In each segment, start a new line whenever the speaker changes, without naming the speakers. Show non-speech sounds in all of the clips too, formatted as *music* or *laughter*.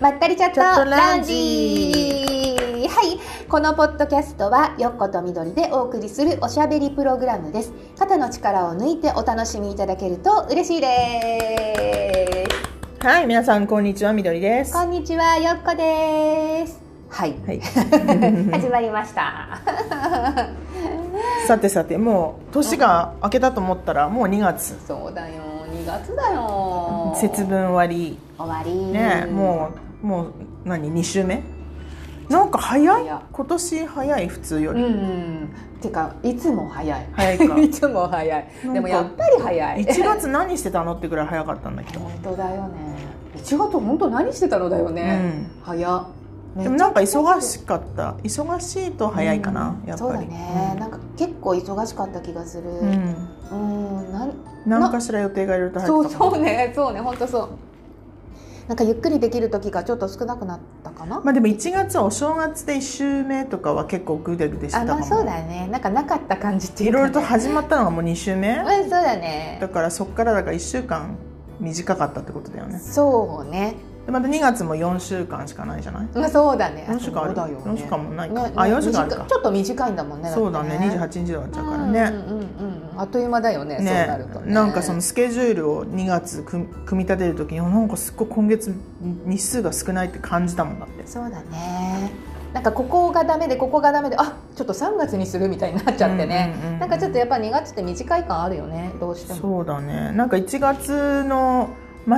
まったりチャット
チャット
ラ
ラ
ン
ン
ジ
ジ
はいこのポッドキャストはよっことみどりでお送りするおしゃべりプログラムです肩の力を抜いてお楽しみいただけると嬉しいで
はい、皆さんこんにちは、みどりですす。
こんにちはよっこです *laughs* はい、
はい
始まりました
さてさて、もう年が明けたと思ったら、もう2月。
そうだよ2月だよ
節分割
終わり
り。ね、もう、もう、何、2週目。なんか早い
早い。
今年早い、普通よ
うん
り。
うんてかいつも早い
早いか
*laughs*
*laughs*
いつも早い
なんか
でもやっぱり早い
1月何してたのってぐらい早かったんだけど。
本当だよね1月本当何してたのだよね、早っ
でもなんか忙しかった忙しいと早いかな、
うん
やっぱり
そうだね、なんか結構忙しかった気がする
うん
う、ん、なん
うん何かしら予定がいろいろと
そ
入っ
う
てたかな
そうねそうね本当そうなんかゆっくりできる時がちょっと少なくなったかな、
まあでも1月はお正月で1週目とかは結構グデグデして
あ
たか
ま
も
あそうだねなんかなかった感じってい
いう
か、
ろい
ね、
ろと始まったのがもう2週目
うんそうだね
だからそっからだから1週間短かったってことだよね
そうね
でまた2月も4週間しかないじゃない
まあそうだね
4週間あ
そう
る
だよ、ね、
4週間もないか、
ね
あ4週間ある
短い
か
ちょっと短いんだもんね
そうだね
八
28日で終わっちゃうからね、
うんうんうんうんあっという間だよねそうなるとね
なんかそのスケジュールを2月組み組み立てる時になんかすっごい今月日数が少ないって感じたもんだって
そうだねなんかここがダメでここがダメであちょっと3月にするみたいになっちゃってね、
うんうんうん
なんかちょっとやっぱ2月って短い感あるよねどうしても
そうだねなんか1月の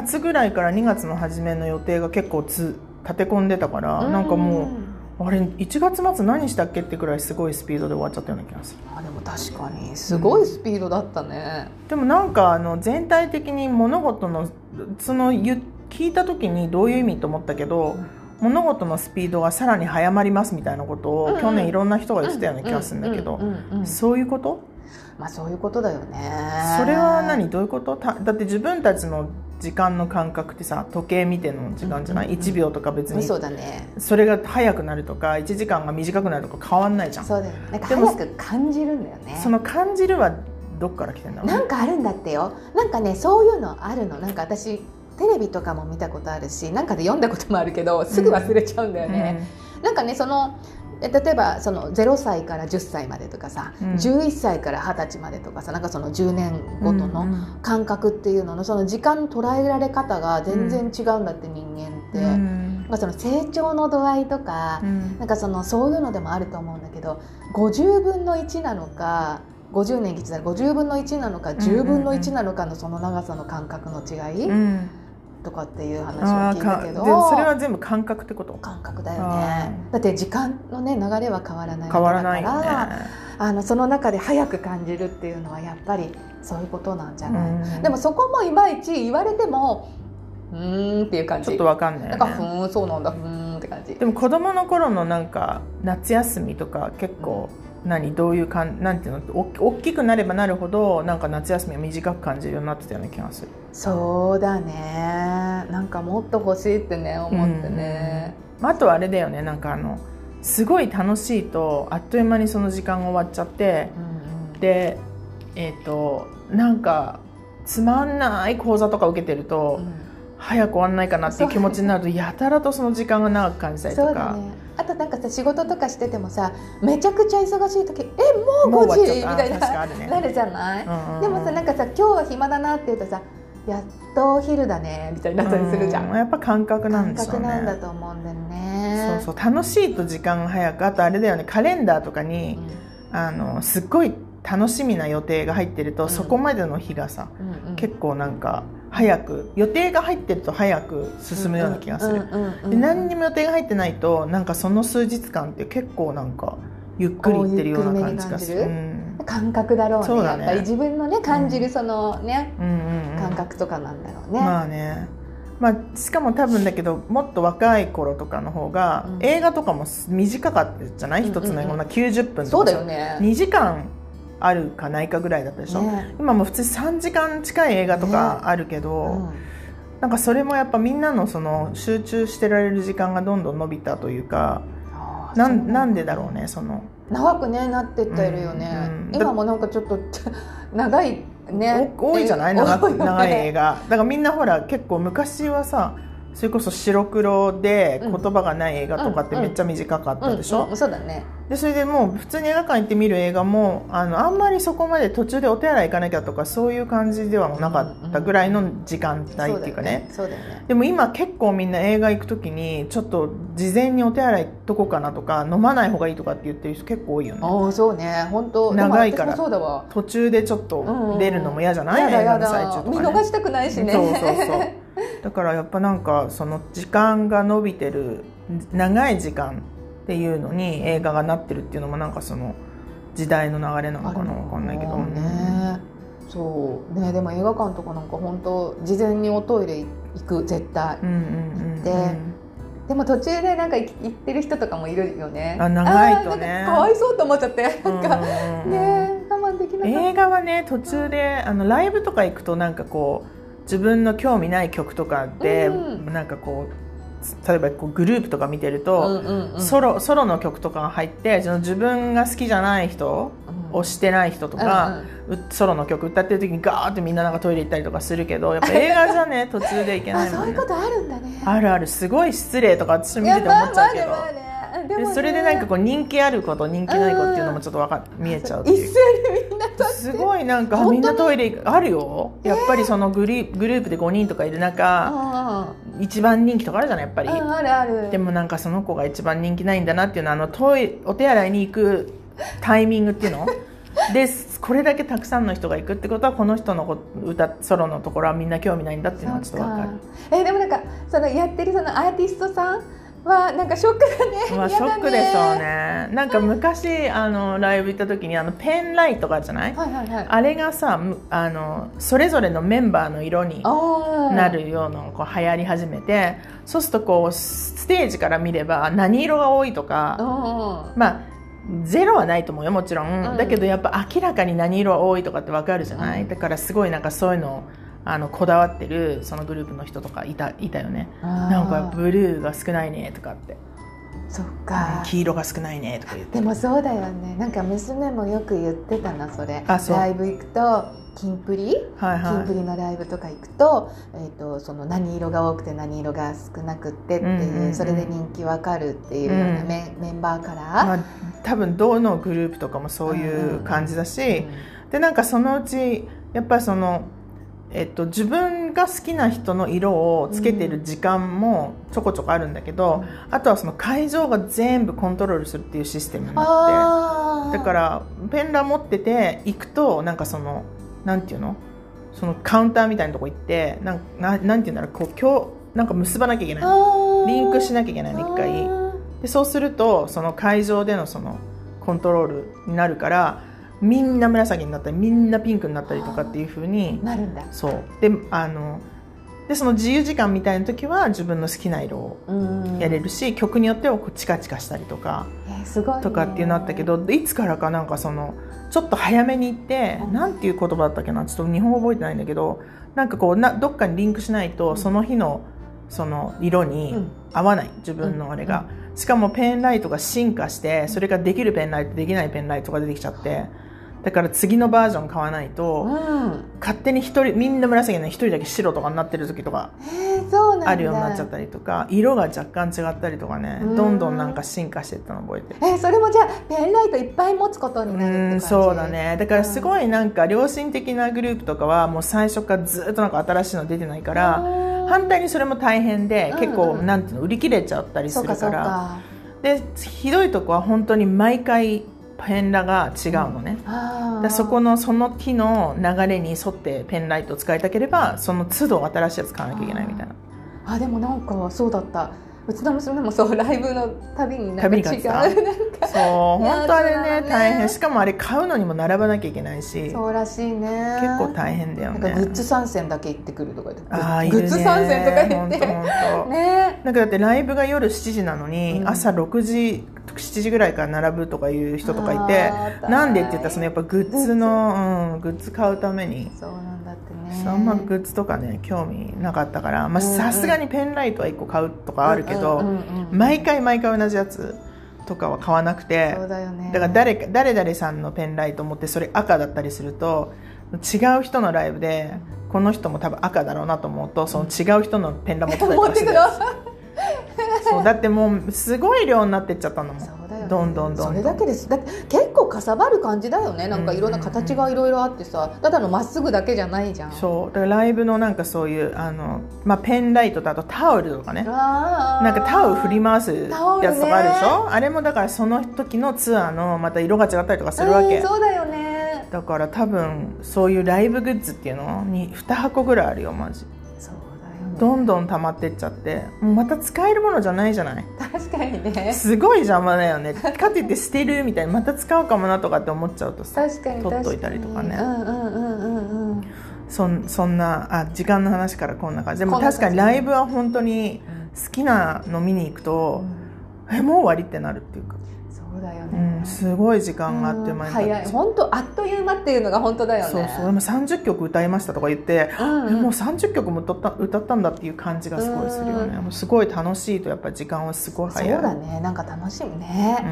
末ぐらいから2月の初めの予定が結構つ立て込んでたから、
う
なんかもうあれ1月末何したっけってくらいすごいスピードで終わっちゃったような気がする
あでも確かにすごいスピードだったね、
でもなんかあの全体的に物事のそのゆ聞いた時にどういう意味と思ったけど物事のスピードがさらに早まりますみたいなことを、
うんうん
去年いろんな人が言ってたような気がするんだけど、
うんうんうんうん
そういうこと
まあそういうことだよね
それは何どういうことただって自分たちの時間の感覚ってさ時計見ての時間じゃない、
うんうんうん
1秒とか別に
そうだね
それが早くなるとか1時間が短くなるとか変わんないじゃんそ
そうだよねなんか
でも
早く感じるんだよね
の感じるはどっから来てんだろう
なんかあるんだってよなんかねそういうのあるのなんか私テレビとかも見たことあるしなんかで読んだこともあるけどすぐ忘れちゃうんだよね、なんかねそのえ例えばその0歳から10歳までとかさ、
うん
11歳から20歳までとかさなんかその10年
う
ご
ん
との感覚っていうののその時間の捉えられ方が全然違うんだって人間って、
うんう
なん
ん
かその成長の度合いとか、
うん
なんかそのそういうのでもあると思うんだけど50分の1なのか50年生きてたら50分の1なのか
んうんうん
10分の1なのかのその長さの感覚の違い、
うん
とかっていう
あ
話を聞
ー
いた
か
け
で
ど
それは全部感覚ってこと
感覚だよね
あ
だって時間のね流れは変わらない
変わらない
わけだから
よね
あのその中で早く感じるっていうのはやっぱりそういうことなんじゃない、
うん
でもそこもいまいち言われてもうーんっていう感じ
ちょっとわかんな
な
い
ん
よ
かふ
ね
ーんそうなんだふーんって感じ
でも子供の頃のなんか夏休みとか結構何どういうかんなんていうのお大きくなればなるほどなんか夏休みを短く感じるようになってたような気がする
そうだねなんかもっと欲しいってね思ってね、
まああとはあれだよねなんかあのすごい楽しいとあっという間にその時間が終わっちゃって
うんうん
でえっ、となんかつまんない講座とか受けてると、早く終わんないかなっていう気持ちになるとやたらとその時間が長く感じたりと
そうだ
か、
ねあとなんかさ仕事とかしててもさめちゃくちゃ忙しい時えも
も
う
う
5
終
時
わっちゃっ
み
た
たいな
確かあるね
なるじゃない、
うんうん
でもさなんかさ今日は暇だなって言うとさやっとお昼だねみたいになったりするじゃん、
うやっぱ感覚なん
感
でしょ
覚
うね
なんだと思うんだよね
そうそう楽しいと時間が早くあとあれだよねカレンダーとかに、あのすっごい楽しみな予定が入ってると、
うん
そこまでの日がさ
うんうんうん
結構なんか早く予定が入ってると早く進むような気がする、
うんうんうんうん
で何にも予定が入ってないとなんかその数日間って結構なんかゆっくりいってるような感じがする
こうゆっくり感覚だろうね
そうだね
やっぱり自分のね感じるそのね、
うんうんうんうん
感覚とかなんだろうね、
まあね、まあ、しかも多分だけどもっと若い頃とかの方が、
うん
映画とかも短かったじゃない
うんうんう
一
ん
つの映画な90分
そ
と
う
か
だ
さ
よね
2時間あるかないかぐらいだったでしょ、
ね
今もう普通3時間近い映画とかあるけど、
うん
なんかそれもやっぱみんなのその集中してられる時間がどんどん伸びたというか
あー
な
そうんだ
なんでだろうねその
長くねなってってるよね、
うんうん
今もなんかちょっと *laughs* 長いね
お多いじゃない
映画
長く
*laughs* 多よね
長い映画だからみんなほら結構昔はさそれこそ白黒で
う
言
ん
葉がない映画とかって
うん
めっちゃ短かったでしょ、
うんうんそうだね
でそれでもう普通に映画館行って見る映画もあのあんまりそこまで途中でお手洗い行かなきゃとかそういう感じではなかったぐらいの時間帯っていうかね,、
そうだよね
でも今結構みんな映画行く時にちょっと事前にお手洗い行っとこうかなとか飲まない方がいいとかって言ってる人結構多いよね
ああそうね本当
長いから
でも私もそうだわ
途中でちょっと出るのも嫌じゃない、
やだ
映
や
画の
だ
最中と
見
か、ね
逃、したくないしね
そうそう
*laughs*
そうだからやっぱなんかその時間が伸びてる長い時間っていうのに映画がなってるっていうのもなんかその時代の流れなのかなわかんないけど
あるのかなねそうねでも映画館とかなんか本当事前におトイレ行く絶対
うんうんうん
ででも途中でなんか行き行ってる人とかもいるよね
あ長いとね
あーなんかかわいそうと思っちゃって
う
なんんか
うん
ねえ我慢できなかっ
映画はね途中であのライブとか行くとなんかこう自分の興味ない曲とかで、
うん
なんかこう例えばこうグループとか見てる
た
と、
うんうんうん
ソロソロの曲とかが入ってその自分が好きじゃない人をしてない人とか、
うんうん
うソロの曲歌ってる時にガーってみんななんかトイレ行ったりとかするけどやっぱ映画じゃね途中で行けな
あ
い
そ
も
うんいう
ね
ことあるんだね
あるあるすごい失礼とか私見てて思っちゃうけ
いや
ど、
まあまあねまあねでも
で
ね
それでなんかこう人気あること人気ないことっていうのもちょっとわか見えちゃうって
一
いうか
斉にみんな立って
すごいなんか
本当に
みんなトイレ行くあるよやっぱりそのグリグループで5人とかいる
うん
中
うん
一番人気とかあるじゃないやっぱり
うんうんあるある
でもなんかその子が一番人気ないんだなっていうのはあのトイお手洗いに行くタイミングっていうの *laughs* でこれだけたくさんの人が行くってことはこの人のこ歌ソロのところはみんな興味ないんだっていうのはちょっとわかる
そっかえでもなんかそのやってるそのアーティストさんはなんかショックだね
まあシ
嫌
ョ
だ
ックでしょうねなんか昔あのライブ行った時にあのペンライトがあるじゃない
はいはいはい
あれがさむあのそれぞれのメンバーの色に
あー
なるようなのがこう流行り始めてそうするとこうステージから見れば何色が多いと
う
か
んうん
まあゼロはないと思うよもちろん、
うん
だけどやっぱ明らかに何色は多いとかってわかるじゃない、
うん
だからすごいなんかそういうのをあのこだわってるそのグループの人とかいたいたよねな
なん
かブルーが少ないねとかって
そっか
黄色が少ないねとか言って
でもそうだよねなんか娘もよく言ってたなそれ
あそう
ライブ行くとキンプリ
はい
キンプ
は
リのライブとか行くと,、えー、とその何色が多くて何色が少なくてっていう,、
うんうんうん
それで人気わかるっていうような
うん
メ,、メンバーか
い、ま
ら、
あ、多分どのグループとかもそういう感じだし、
う
でなんかそのうちやっぱりその、えっと、自分が好きな人の色をつけてる時間もちょこちょこあるんだけど、あとはその会場が全部コントロールするっていうシステムに
ん、
なって
あ
だかららペンラ持ってて行くとなんかそのなんていうのそのカウンターみたいなとこ行ってなんななんていうんだろうこう今日なんか結ばなきゃいけないリンクし
ない
なきゃいけないの一回。でそうするとその会場でのそのコントロールになるからみんな紫になったりみんなピンクになったりとかっていうふうに
なるんだ、
そうであのでその自由時間みたいな時は自分の好きな色を
うん
やれるし、曲によってはこうチカチカしたりとか
えーすごいね
とかっていうのあったけどでいつからかなんかそのちょっと早めに行って
うん
なんていう言葉だったっけなちょっと日本語覚えてないんだけどなんかこうなどっかにリンクしないとその日のその色に
うん
合わない自分のあれが、しかもペンライトが進化してそれができるペンライトできないペンライトが出てきちゃってだから次のバージョン買わないと、
うん
勝手に一人みんな紫なのに一人だけ白とかになってる時とか
えーそうなんだ
あるようになっちゃったりとか色が若干違ったりとかね
うん
どんどんなんか進化していったの覚えてる
えーそれもじゃあペンライトいっぱい持つことに
う
なるって感
ん
じ
そうだねだからすごいなんか良心的なグループとかはもう最初からずっとなんか新しいの出てないから
半
反対にそれも大変で
うん
結構
うん
なんていうの売り切れちゃったりす
そう
る
かそ
か
う
ら。
か
でひどいとこは本当に毎回ペンラが違うのね、
あー
だからそこのその日の流れに沿ってペンライトを使いたければその都度新しいやつ買わなきゃいけないみたいな
あでもなんかそうだったうちの娘もそうライブのたびになんか
旅
違
に
う
買ってた
なん
*laughs*
か
そう本当あれ
そうだ
ね
ね
大変しかもあれ買うのにも並ばなきゃいけないし結
そうらしいね
構大変だよ
なん
ね
かグッズ参戦だけ行ってくるとか言って
あーい
グ
るね
ッズ参戦とか言って
ほんとほんと
ね
なんかだってライブが夜7時なのに、
うん
朝6時7時ぐらいから並ぶとかいう人とかいて
あー
なんでって言ったらそのやっぱグッズの
グ
うん、グッズ買うために
そうなんだってね
あんまグッズとかね興味なかったからまあ
うんうん
さすがにペンライトは1個買うとかあるけど、
うんうんうん
毎回毎回同じやつとかは買わなくて
そうだよね
だから誰か誰々さんのペンライト持ってそれ赤だったりすると違う人のライブでこの人も多分赤だろうなと思うとその違う人のペンダ持ってたりと
持っ
かして
*laughs* く
てる
の
そうだってもうすごい量になってっちゃったのも
そうだよ、ね、
どんどんどんどん
それだけですだって結構かさばる感じだよねなんかいろんな形がいろいろあってさただのまっすぐだけじゃないじゃん
そうだからライブのなんかそういうあの、まあ、ペンライトとあとタオルとかね
な
なんかタオル振り回す
タオルね
やつとかあるでしょ、あれもだからその時のツアーのまた色が違ったりとかするわけ、
うんそうだよね
だから多分そういうライブグッズっていうのに2箱ぐらいあるよマジ
そうだよね
どんどん溜まってっちゃってもうまた使えるものじゃないじゃない
確かにね
すごい邪魔だよねかといって捨てるみたいにまた使うかもなとかって思っちゃうとさ
確かに
取っといたりとかね
確にうんうんうんうんうん
そんそんなあ時間の話からこんな感じで
こ
も
んな感じ
確かにライブは本当に好きなの見に行くと、えもう終わりってなるっていうか、
そうだよ
う
ね
ん、すごい時間があっという間になっちゃ
早
う
い本当あっという間っていうのが本当だよね
そうそうでも30曲歌いましたとか言って、
うんうん
えもう30曲も歌った歌ったんだっていう感じがすごいするよね、
う
もうすごい楽しいとやっぱ時間はすごい
そ
早
う
い
だねなんか楽しみね、
う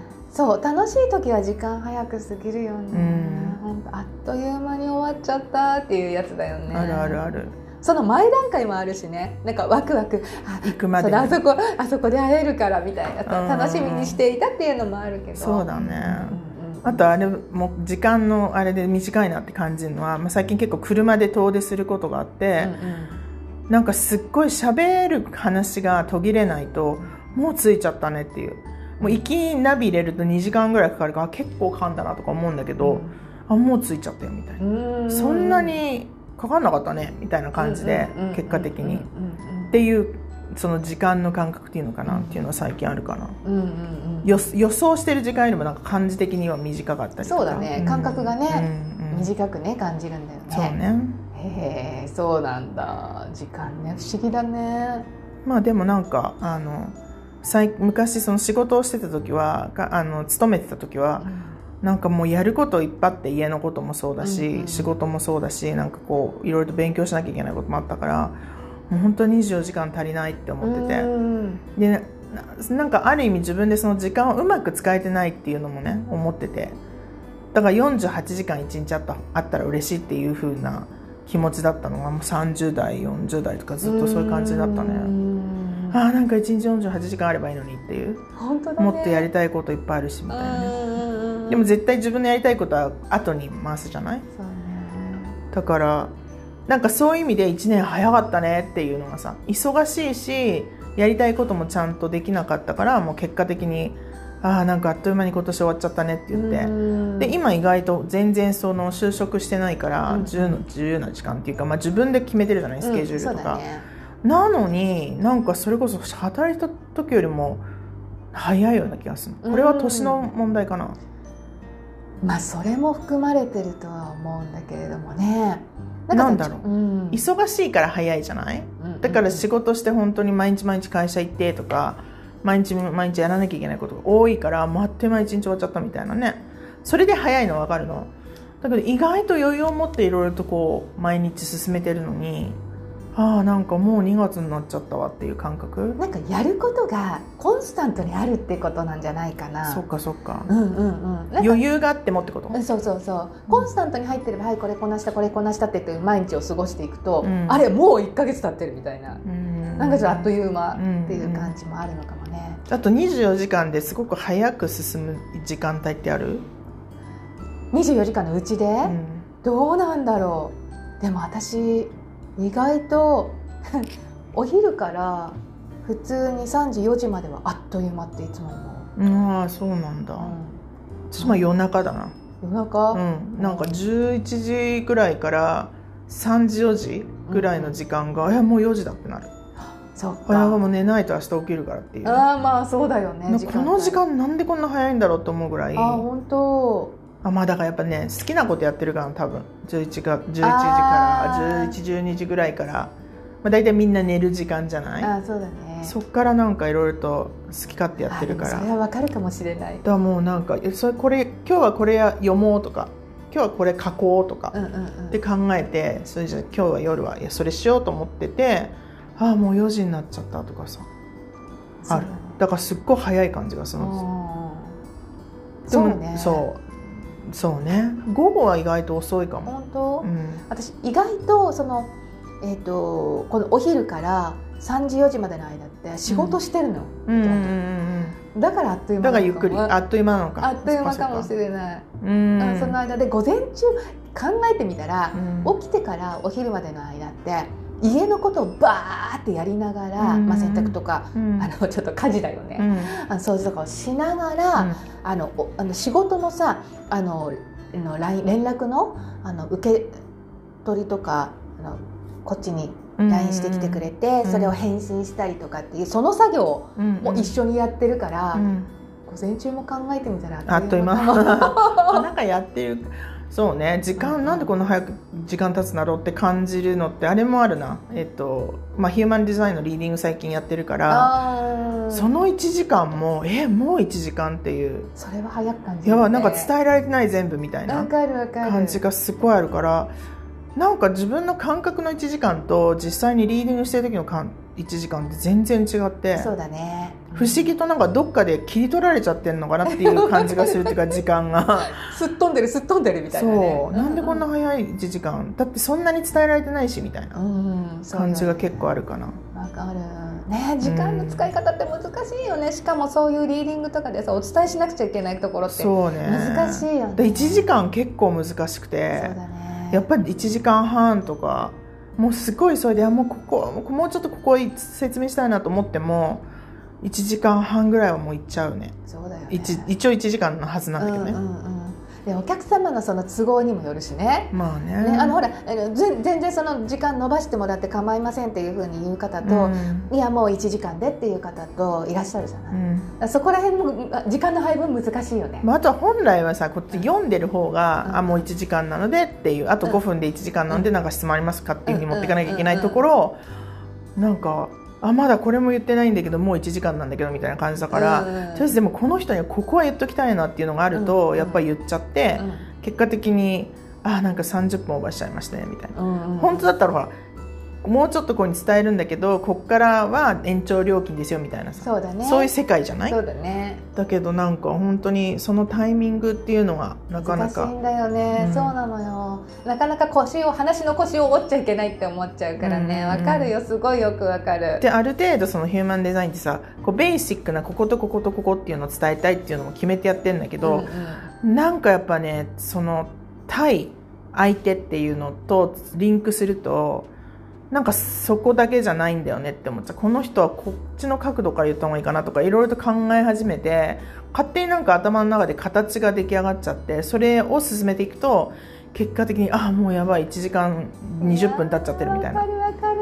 ん
そう楽しい時は時間早く過ぎるよね、
うん
ほんとあっという間に終わっちゃったっていうやつだよね
あるあるある
その前段階もあるしねなんかワクワクあ
行くま
そ
で
うだあ
に
そこあそこで会えるからみたいな
うん
楽しみにしていたっていうのもあるけど
そうだね
うんうん
あとあれも時間のあれで短いなって感じるのは、まあ、最近結構車で遠出することがあって
うん、うん
なんかすっごい喋る話が途切れないともう着いちゃったねっていうもう行きナビ入れると2時間ぐらいかかるから結構かんだなとか思うんだけど、あもう着いちゃったよみたいな、
うん
そんなにかかんなかったねみたいな感じで
うんうん
結果的に、
うんうん
っていうその時間の感覚っていうのかなっていうのは最近あるかな、
うんうんうん
よ予想してる時間よりもなんか感じ的には短かったりとか
そうだね
ん
感覚がね
うんうん
短くね感じるんだよ
そうね
へえそうなんだ時間ね不思議だね
まあでもなんかあの最昔その仕事をしてた時はがあの勤めてた時はなんかもうやることいっぱいあって家のこともそうだし、
うんうん
仕事もそうだしなんかこういろいろと勉強しなきゃいけないこともあったからもう本当に24時間足りないって思ってて、
うん
でななんかある意味自分でその時間をうまく使えてないっていうのもね思っててだから48時間1日あったあったら嬉しいっていう風な気持ちだったのがもう30代40代とかずっとそういう感じだったね。
うん
あーなんか1日48時間あればいいのにっていう
本当だね
もっとやりたいこといっぱいあるしみたいな、ね、でも絶対自分のやりたいことは後に回すじゃない
そうね
だからなんかそういう意味で1年早かったねっていうのがさ忙しいしやりたいこともちゃんとできなかったからもう結果的にああなんかあっという間に今年終わっちゃったねって言って。
うん
で今意外と全然その就職してないから
うん
自由の自由な時間っていうか、まあ、自分で決めてるじゃないスケジュールとか、
うんそうだね
なのになんかそれこそ働いた時よりも早いような気がする
うん
これは年の問題かな、
まあそれも含まれてるとは思うんだけれどもねかさ
なんだろうん忙しいから早いじゃない
うん
だから仕事して本当に毎日毎日会社行ってとか毎日毎日やらなきゃいけないことが多いからもうあっという間に一日終わっちゃったみたいなねそれで早いの分かるのだけど意外と余裕を持っていろいろとこう毎日進めてるのにああなんかもう2月になっちゃったわっていう感覚
なんかやることがコンスタントにあるってことなんじゃないかな
そっかそっか
うんうんうんなんか
余裕があってもってこと
そうそうそうコンスタントに入ってればはいこれこなしたこれこなしたって言って毎日を過ごしていくと、
うん
あれもう1か月経ってるみたいなな
なん
かちょっとあっと
う
いう間っていう感じもあるのかもね、
あと24時間ですごく早く進む時間帯ってある、
24時間のうちで、
うん
どうなんだろうでも私意外と *laughs* お昼から普通に3時4時まではあっという間っていつも思
うん、ああそうなんだ、
う、
私も夜中だな
うん、夜中、
うんなんか11時ぐらいから3時4時ぐらいの時間が、いやもう4時だってなる
そっ
あやば
か
もう寝ないと明日起きるからっていうな
あーまあそうだよね
んかこの時間なんでこんな早いんだろうと思うぐらい
帯あ本当
あまあだからやっぱね好きなことやってるから多分11が11時
あ
か
ー
ら1112時ぐらいから、まあ、大体みんな寝る時間じゃない
あーそうだね
そっからなんかいろいろと好き勝手やってるから
あ
だ
でもそれ
か
はわかるかもしれない
らもうなんかえそれこれ今日はこれや読もうとか今日はこれ書こうとか
うんうんうん
で考えてそれじゃ今日は夜はいやそれしようと思っててああもう4時になっちゃったとかさ
そうだ
ある
ね
だからすっごい早い感じがするんですよ
うん
でも
そうね
そうそうね午後は意外と遅いかも、
本当、
うん、
私意外とそのえっ、とこのお昼から3時4時までの間って仕事してるの、
うんうんうん
だからあっという
うん
間
だからゆっ
の
くりあっという間なのか
あっという間かもし
ない
れない、
うん
うんその間で午前中考えてみたら、
うん
起きてからお昼までの間って家のことをバーってやりながら、
うん
まあ、洗濯とか、
うん
あのちょっと家事だよね、
うん
あの掃除とかをしながら、あのおあの仕事のさあのの LINE 連絡のあの受け取りとかあのこっちに
うん
LINE してきてくれて、
うん
それを返信したりとかっていうその作業
うん
も一緒にやってるから、
うん
午前中も考えてみたら
あっとい
*laughs*
う間
かも
なんかやってるそうね時間なんでこんな早く時間経つんだろうって感じるのってあれもあるなえっとまあヒューマンデザインのリーディング最近やってるから
あー
その1時間もえもう1時間っていう
それは早く感じ
やばいなんか
え
伝えられてない全部みたい
わ
な
かるわかる
感じがすごいあるからなんか自分の感覚の1時間と実際にリーディングしてる時の感1時間って全然違って
そうだね
不思議となんかどっかで切り取られちゃってんのかなっていう感じがするっていうか時間が。
すっ飛んでるすっ飛んでるみたいな、ね、
そうなんでこんな早い1時間だってそんなに伝えられてないしみたいな
うんそうよ
感じが結構あるかな
わかるね時間の使い方って難しいよね、しかもそういうリーディングとかでさお伝えしなくちゃいけないところって
そうね
難しいよね
で1時間結構難しく
そう
て
だね
やっぱり1時間半とかもうすごいそれであもうここもうちょっとここ説明したいなと思っても1時間半ぐらいはもう行っちゃうね
そうだよね
一一応1時間のはずなんだけどね、
うんうんうん、でお客様のその都合にもよるしね
まあね
ね、あのほらあのぜん全然その時間伸ばしてもらって構いませんっていうふうに言う方
う
と、
ん
いやもう1時間でっていう方といらっしゃるじゃない、
う
だか
ん
らそこら辺もあ時間の配分難しいよね、
まあ、あとは本来はさこっち読んでる方が、
うん
あもう1時間なのでっていうあと
うん
5分で1時間なので、なんか質問ありますかっていうふうに
うん
持っていかなきゃいけないところを、なんかあまだこれも言ってないんだけどもう1時間なんだけどみたいな感じだか
う
ら、
ん
と
う
り
んうん
あえずでもこの人にはここは言っときたいなっていうのがある
うん
と、
うん
やっぱり言っちゃって、結果的にあなんか30分オーバーしちゃいましたねみたいな、
うんうん
本当だったらほらもうちょっとここに伝えるんだけどこっからは延長料金ですよみたいなさ
そうだね
そういう世界じゃない
そうだね
だけどなんか本当にそのタイミングっていうのがなかな
難しい
か
んだよね、
うん
そうなのよなかなか腰を話の腰を折っちゃいけないって思っちゃうから
うん
ね
うん
わ、かるよすごいよくわかる
である程度そのヒューマンデザインってさこうベーシックなこことこことここっていうのを伝えたいっていうのも決めてやってるんだけ
うんう
ど、
ん
なんかやっぱねその対相手っていうのとリンクするとなんかそこだけじゃないんだよねって思っちゃうこの人はこっちの角度から言った方がいいかなとかいろいろと考え始めて勝手になんか頭の中で形が出来上がっちゃってそれを進めていくと結果的にあもうやばい1時間20分経っちゃってるみたい
わか
な
るわかる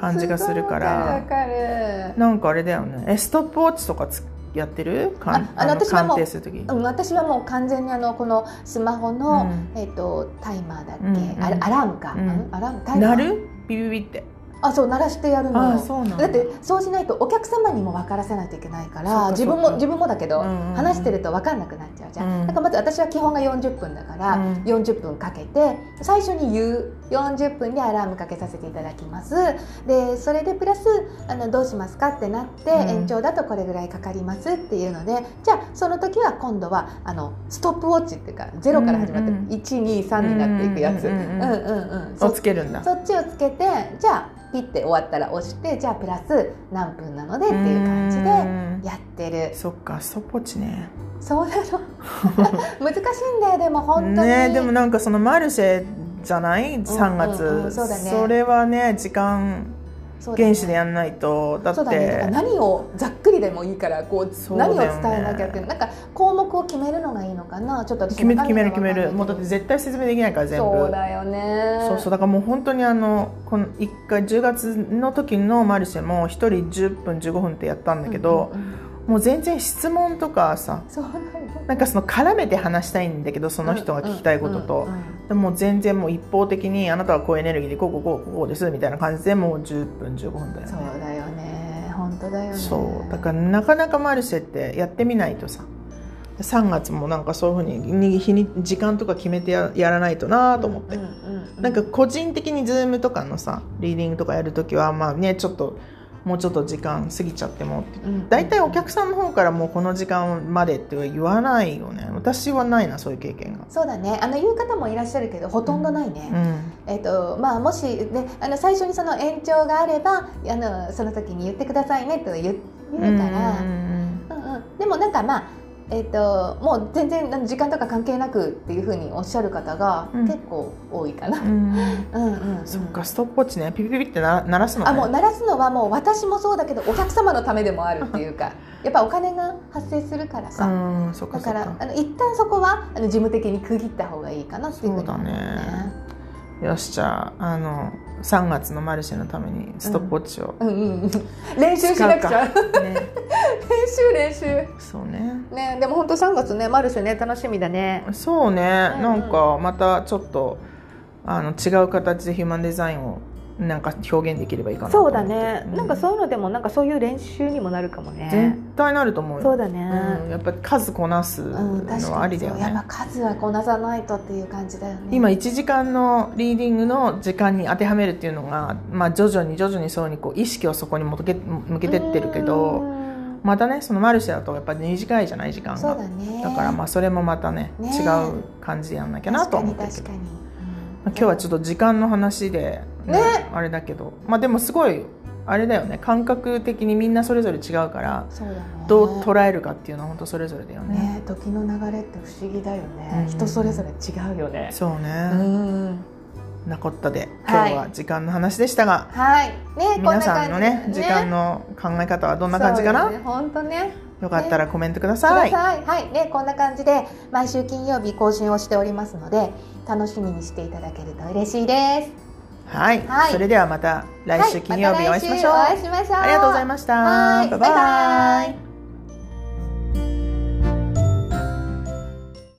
感じがするから
ごいわかるわかる
なんかあれだよねえストップウォッチとかつやってるかん
ああの私はもう
鑑定する時
うん、私はもう完全にあのこのスマホの、
う
えっとタイマーだっけ、
うんうん
あれアラームか、
うん
うんアラームタイ
ん
マー
鳴るビビビって
あそう鳴らしてやるのよ
あそうなん
だ
だ
ってそうしないとお客様にも分からせないといけないから
そうか
自分
そう
も
か
自分もだけど、
うんうんうん
話してると分かんなくなっちゃうじゃん、
うん
だからまず私は基本が40分だから、
うん
40分かけて最初に言う40分でアラームかけさせていただきますでそれでプラスあのどうしますかってなって、
うん
延長だとこれぐらいかかりますっていうのでじゃあその時は今度はあのストップウォッチっていうか0から始まって
うんうん
123になっていくやつう
うんん
う
うんん
う
うん
んそ
を
っ
つけるんだ
そっちをつけてじゃあピッて終わったら押してじゃあプラス何分なのでっていう感じで
で
やってる
そっかストップウォッチね
そうなの *laughs* 難しいんだよでも本当に
ねでもなんかそのマルシェじゃない3月、
うんうんうんそうだね
れはね時間
そうだね
原始でやんないとだっ
そうだねだから
て
何をざっくりでもいいからこう
そうだ
何
よ
を
ね
伝えなきゃっていうなんか項目を決めるのがいいのかなちょっと私
決める決める
中身が
決
わかんない
め
け
る
ど
もうだって絶対説明できないから全部
そうだよね
そうそうだからもう本当にあのこの一回10月の時のマルシェも1人10分15分ってやったんだけど、
うんうんうん
もう全然質問とかさ
そうだよ
なんかその絡めて話したいんだけどその人が聞きたいことと、
うんうんうん
でもう全然もう一方的にあなたはこういうエネルギーでこうこうこうこうですみたいな感じでもう10分15分だよ
そ
ね
うだよね本当だよね
そうだからなかなかマルシェってやってみないとさ3月もなんかそういうふうにに日に時間とか決めてややらないとなと思って、
うんうんうん
なんか個人的にズームとかのさリーディングとかやるときはまあねちょっともうちょっと時間過ぎちゃってもって
うん
大体お客さんの方からもうこの時間までって言わないよね私はないなそういう経験が、
そうだねあの言う方もいらっしゃるけどほとんどないね、
うん、
えっとまあ、もし、ね、あの最初にその延長があればあのその時に言ってくださいねと言う言うから、
う
うん
ん
うんでもなんかまあ、えっともう全然あの時間とか関係なくっていうふうにおっしゃる方が
うん
結構多いかな。
うんうん
うん
うん
うんうん
そっかストップウォッチねピピピピってな鳴らすのね
あもう鳴らすのはもう私もそうだけどお客様のためでもあるっていうかやっぱお金が発生するからさ、
うんそっか
だか
そっ
ら
か
あの一旦そこはあの事務的に区切った方がいいかなっていうふうに思
そうだねよしじゃああの3月のマルシェのためにストップウォッチを、
うんうんうん、練習しなくちゃ
ね
練習練習
そうね
ねでも本当3月ねマルシェね楽しみだね
そうね、
うん
なんかまたちょっとあの違う形でヒューマンデザインをなんか表現できればいいかなと
そ
思
う
って
だね、なんかそういうのでもなんかそういう練習にもなるかも
絶
ね
対なると思うよ
そうだね
うんやっぱり数こなす
うん、確かに
のはありだよ
そうや
ね
っぱ数はこなさないとっていう感じだよね
今1時間のリーディングの時間に当てはめるっていうのが、まあ、徐々に徐々にそうにこう意識をそこに向け向けてってるけ
う
ど
ん
またねそのマルシェだとやっぱり短いじゃない時間
そう
が
だね
だからまあそれもまたね
ね
違う感じでやんなきゃなとは思ってるけ
確
ど
かに確かに、
まあ今日はちょ
ょっ
っと時間の話で、
ね
あれだけどまあでもすごいあれだよね感覚的にみんなそれぞれ違うから
とそうだね
どう捉えるかっていうのは本当それぞれだよね
ね時の流れって不思議だよね、
うん
人それぞれ違うよね
そう
う
ね、
ん
なこったで今
はい
日は時間の話でしたが、
はいね
皆さんのね
こな感じ
時
で
間の考え方はどんな感じかな、
そうですね本当ね
よかったらコメントくだ
く
さ
だ
い
さい。はい、ね、こんな感じで毎週金曜日更新をしておりますので、楽しみにしていただけると嬉しいです。
はい、
はい
それではまた来週金曜日お会いしましょう、
はい、た来週お会いしましょう。
ありがとうございました
はい、バイバイ。